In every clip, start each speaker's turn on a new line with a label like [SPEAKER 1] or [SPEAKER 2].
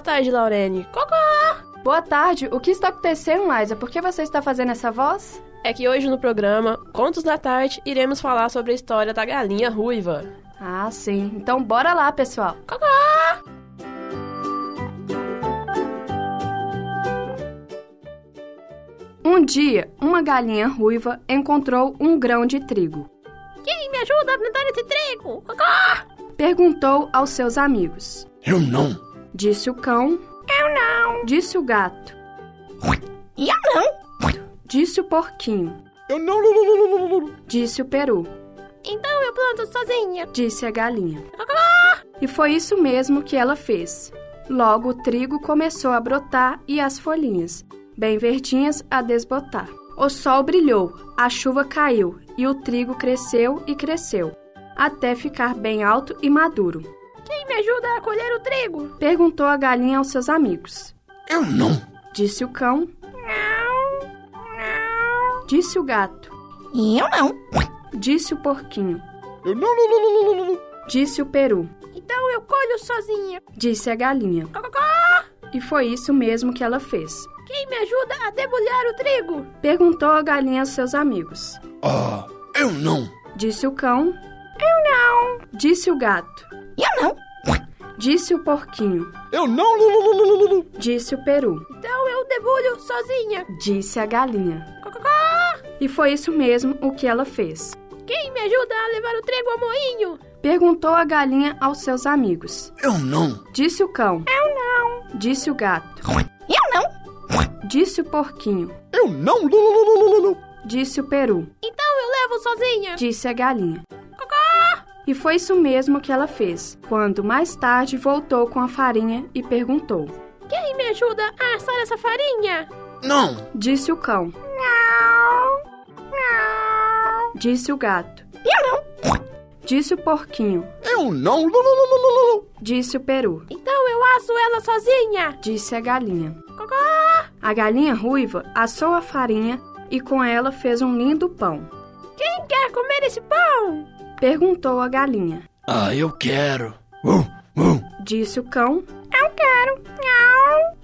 [SPEAKER 1] tarde, Laurene. é Cocô!
[SPEAKER 2] Boa tarde, o que está acontecendo, Liza? Por que você está fazendo essa voz?
[SPEAKER 1] É que hoje no programa Contos da Tarde iremos falar sobre a história da galinha ruiva.
[SPEAKER 2] Ah, sim. Então bora lá, pessoal.
[SPEAKER 1] Cocô!
[SPEAKER 2] Um dia, uma galinha ruiva encontrou um grão de trigo.
[SPEAKER 1] Quem me ajuda a plantar esse trigo? Cocô!
[SPEAKER 2] Perguntou aos seus amigos.
[SPEAKER 3] Eu não.
[SPEAKER 2] Disse o cão. Eu não. Disse o gato.
[SPEAKER 1] E eu não?
[SPEAKER 2] Disse o porquinho.
[SPEAKER 3] Eu não. lu, lu, lu, lu, lu, lu.
[SPEAKER 2] Disse o peru.
[SPEAKER 1] Então eu planto sozinha.
[SPEAKER 2] Disse a galinha. E foi isso mesmo que ela fez. Logo o trigo começou a brotar e as folhinhas, bem verdinhas, a desbotar. O sol brilhou, a chuva caiu e o trigo cresceu e cresceu, até ficar bem alto e maduro.
[SPEAKER 1] Quem me ajuda a colher o trigo? Então
[SPEAKER 2] Perguntou a galinha aos seus amigos.
[SPEAKER 3] Eu não.
[SPEAKER 2] Disse o cão. Disse o gato.
[SPEAKER 1] E eu não.
[SPEAKER 2] Disse o porquinho.
[SPEAKER 3] Eu não. lu, lu, lu, lu, lu, lu.
[SPEAKER 2] Disse o peru.
[SPEAKER 1] Então eu colho sozinha.
[SPEAKER 2] Disse a galinha. E foi isso mesmo que ela fez.
[SPEAKER 1] Quem me ajuda a debulhar o trigo?
[SPEAKER 2] Perguntou a galinha aos seus amigos.
[SPEAKER 3] Ah, eu não.
[SPEAKER 2] Disse o cão. Eu não. Disse o gato.
[SPEAKER 1] Eu não.
[SPEAKER 2] Disse o porquinho.
[SPEAKER 3] Eu não. lu, lu, lu, lu, lu, lu.
[SPEAKER 2] Disse o peru.
[SPEAKER 1] Então eu debulho sozinha.
[SPEAKER 2] Disse a galinha. E foi isso mesmo o que ela fez.
[SPEAKER 1] Quem me ajuda a levar o trigo ao moinho?
[SPEAKER 2] Perguntou a galinha aos seus amigos.
[SPEAKER 3] Eu não.
[SPEAKER 2] Disse o cão. Eu não. Disse o gato.
[SPEAKER 1] Eu não.
[SPEAKER 2] Disse o porquinho.
[SPEAKER 3] Eu não. lu, lu, lu, lu, lu, lu.
[SPEAKER 2] Disse o peru.
[SPEAKER 1] Então eu levo sozinha.
[SPEAKER 2] disse a galinha. E foi isso mesmo que ela fez, quando mais tarde voltou com a farinha e perguntou.
[SPEAKER 1] Quem me ajuda a assar essa farinha?
[SPEAKER 3] Não.
[SPEAKER 2] Disse o cão. Não, não. Disse o gato. Eu não. Disse o porquinho.
[SPEAKER 3] Eu não. lu, lu, lu, lu, lu, lu, lu.
[SPEAKER 2] Disse o peru.
[SPEAKER 1] Então eu asso ela sozinha.
[SPEAKER 2] Disse a galinha.
[SPEAKER 1] Cocô!
[SPEAKER 2] A galinha ruiva assou a farinha e com ela fez um lindo pão.
[SPEAKER 1] Quem quer comer esse pão?
[SPEAKER 2] Perguntou a galinha.
[SPEAKER 3] Ah, eu quero. Uh, uh.
[SPEAKER 2] Disse o cão.
[SPEAKER 1] Eu quero.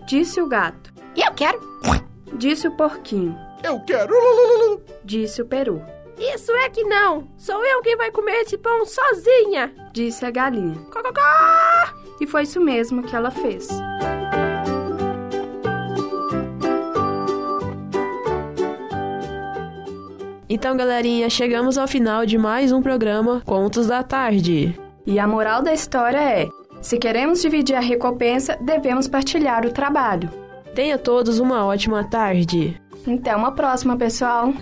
[SPEAKER 2] Disse o gato.
[SPEAKER 1] Eu quero.
[SPEAKER 2] Disse o porquinho.
[SPEAKER 3] Eu quero. lu, lu, lu, lu, lu.
[SPEAKER 2] Disse o peru.
[SPEAKER 1] Isso é que não. Sou eu quem vai comer esse pão sozinha.
[SPEAKER 2] Disse a galinha.
[SPEAKER 1] Cococó!
[SPEAKER 2] E foi isso mesmo que ela fez.
[SPEAKER 1] Então, galerinha, chegamos ao final de mais um programa Contos da Tarde.
[SPEAKER 2] E a moral da história é: se queremos dividir a recompensa, devemos partilhar o trabalho.
[SPEAKER 1] Tenha todos uma ótima tarde.
[SPEAKER 2] Até uma próxima, pessoal!